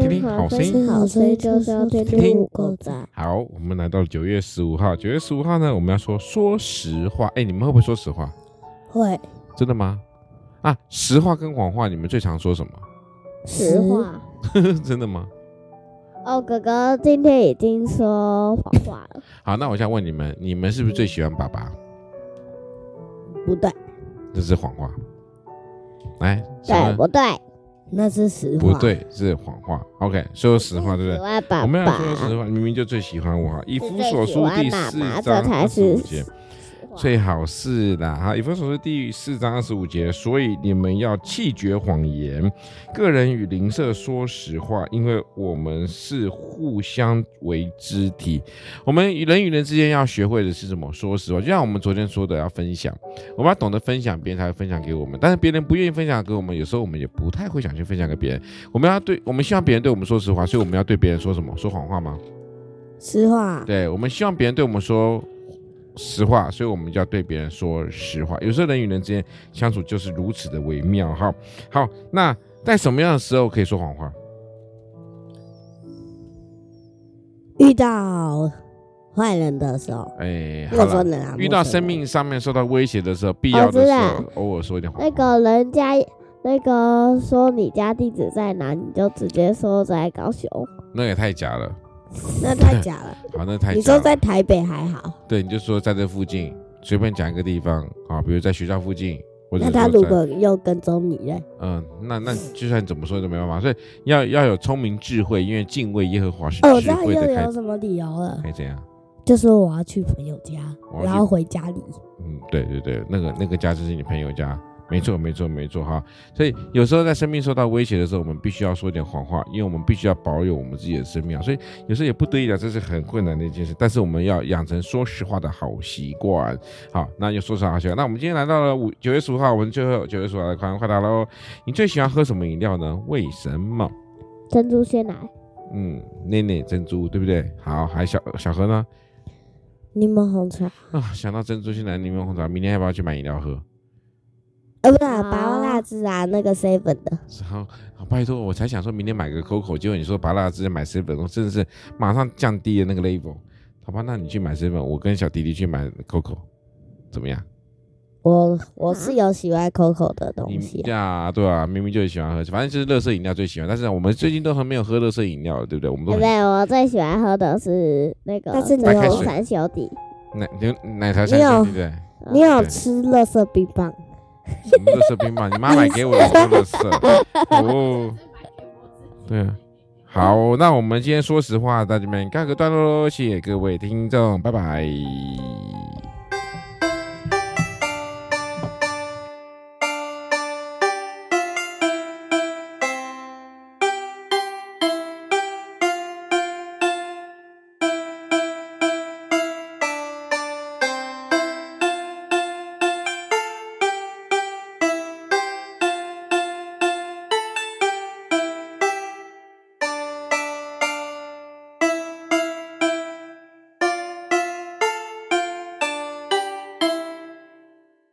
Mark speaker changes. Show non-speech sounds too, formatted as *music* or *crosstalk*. Speaker 1: 听听好声音，
Speaker 2: 好声音就是要天天五狗仔。
Speaker 1: 好，我们来到九月十五号，九月十五号呢，我们要说说实话。哎，你们会不会说实话？
Speaker 2: 会
Speaker 1: 真的吗？啊，实话跟谎话，你们最常说什么？ *laughs*
Speaker 2: 实话
Speaker 1: 真的吗？
Speaker 2: 哦，哥哥今天已经说谎话了，
Speaker 1: 好，那我想问你们，你们是不是最喜欢爸爸？
Speaker 2: 不对，
Speaker 1: 这是谎话。来，请
Speaker 2: 对
Speaker 1: 问
Speaker 2: 不对？
Speaker 3: 那是实话。
Speaker 1: 不，对，是谎话。OK，说实话，对不对？
Speaker 2: 喜欢爸
Speaker 1: 我们要
Speaker 2: 爸，
Speaker 1: 说实话，明明就最喜欢我啊哈。以弗所书第四
Speaker 2: 最喜欢爸爸
Speaker 1: 章
Speaker 2: 这
Speaker 1: 二
Speaker 2: 才
Speaker 1: 十五
Speaker 2: 是
Speaker 1: 节，最好是啦哈。以弗所书第四章二十五节，所以你们要弃绝谎言，个人与邻舍说实话，因为我们是互相为肢体。我们与人与人之间要学会的是什么？说实话，就像我们昨天说的，要分享，我们要懂得分享，别人才会分享给我们。但是别人不愿意分享给我们，有时候我们也不太会想去分享给别人。我们要对，我们希望别人对我们说实话，所以我们要对别人说什么？说谎话吗？
Speaker 3: 实话。
Speaker 1: 对，我们希望别人对我们说实话，所以我们就要对别人说实话。有时候人与人之间相处就是如此的微妙哈。好，那在什么样的时候可以说谎话？
Speaker 3: 遇到坏人的时候，
Speaker 1: 哎，好
Speaker 3: 陌生
Speaker 1: 了，
Speaker 3: 人啊，
Speaker 1: 遇到
Speaker 3: 陌生人
Speaker 1: 生命上面受到威胁的时候，必要的
Speaker 2: 我知
Speaker 1: 时
Speaker 3: 啊
Speaker 2: 道
Speaker 1: 候，偶尔说一点
Speaker 3: 哎
Speaker 1: 谎话。
Speaker 2: 那个人家那个说你家地址在哪，你就直接说在高雄。
Speaker 1: 那也太假了，
Speaker 3: 那太假了。
Speaker 1: 好，那 *laughs* 太
Speaker 3: 你
Speaker 1: 假
Speaker 3: 说
Speaker 1: 了。
Speaker 3: 在台北还好，
Speaker 1: 对，你就说在这附近，随便讲一个地方啊，比如在学校附近，或者
Speaker 3: 那
Speaker 1: 是
Speaker 3: 他
Speaker 1: 说
Speaker 3: 如
Speaker 1: 在
Speaker 3: 果又跟踪你嘞，
Speaker 1: 嗯，那那就算怎么说都没办法，所以要要有聪明智慧，因为敬畏耶和华是
Speaker 3: 哦，我知
Speaker 1: 智
Speaker 3: 道
Speaker 1: 慧
Speaker 3: 又
Speaker 1: 的开
Speaker 3: 有什么理由了
Speaker 1: 可，以怎样？
Speaker 3: 就说我要去朋友家
Speaker 1: 我要，去
Speaker 3: 然后回家里。
Speaker 1: 嗯，对对对，那个那个家就是你朋友家，没错没错没错哈。所以有时候在生命受到威胁的时候，我们必须要说点谎话，因为我们必须要保有我们自己的生命啊。所以有时候也不得已了，啊这是很困难的一件事。但是我们要养成说实话的好习惯。好，那就说实话好习惯。那我们今天来到了五九月十五号，我们最后九月十五号的快问快答喽。你最喜欢喝什么饮料呢？为什么？
Speaker 2: 珍珠鲜奶，
Speaker 1: 嗯，内内珍珠，对不对？好，还小小何呢？
Speaker 3: 柠檬红茶，
Speaker 1: 啊，想到珍珠鲜奶柠檬红茶，啊明天要不要去买饮料喝？
Speaker 3: 呃，不是啊
Speaker 2: 啊
Speaker 3: 白花辣汁啊，那个 seven 的，
Speaker 1: 好，好拜托，我才想说明天买个 COCO，结果你说拔蜡汁买 seven，我真的是马上降低了那个 level。好吧，那你去买 seven，我跟小弟弟去买 COCO，怎么样？
Speaker 3: 我我是
Speaker 2: 啊
Speaker 3: 有喜欢 Coco 的东西
Speaker 1: 你
Speaker 3: 啊，
Speaker 1: 呀，对啊，明明就是喜欢喝，反正就是乐色饮料最喜欢，但是我们最近都很没有喝乐色饮料了，对不对？我们都
Speaker 2: 对不
Speaker 1: 很
Speaker 2: 对？我最喜欢喝的是那个
Speaker 3: 但是你
Speaker 2: 珍
Speaker 1: 有
Speaker 2: 珠三兄弟，
Speaker 1: 奶牛奶茶三
Speaker 3: 你有
Speaker 1: 兄弟对
Speaker 3: 你有
Speaker 1: 对
Speaker 3: 吃乐色冰棒？
Speaker 1: 不对，什么乐色冰棒，你妈买给我的什么乐色？哦，对啊。好，那我们今天说实话到这边告个段落喽，谢谢各位听众，拜拜。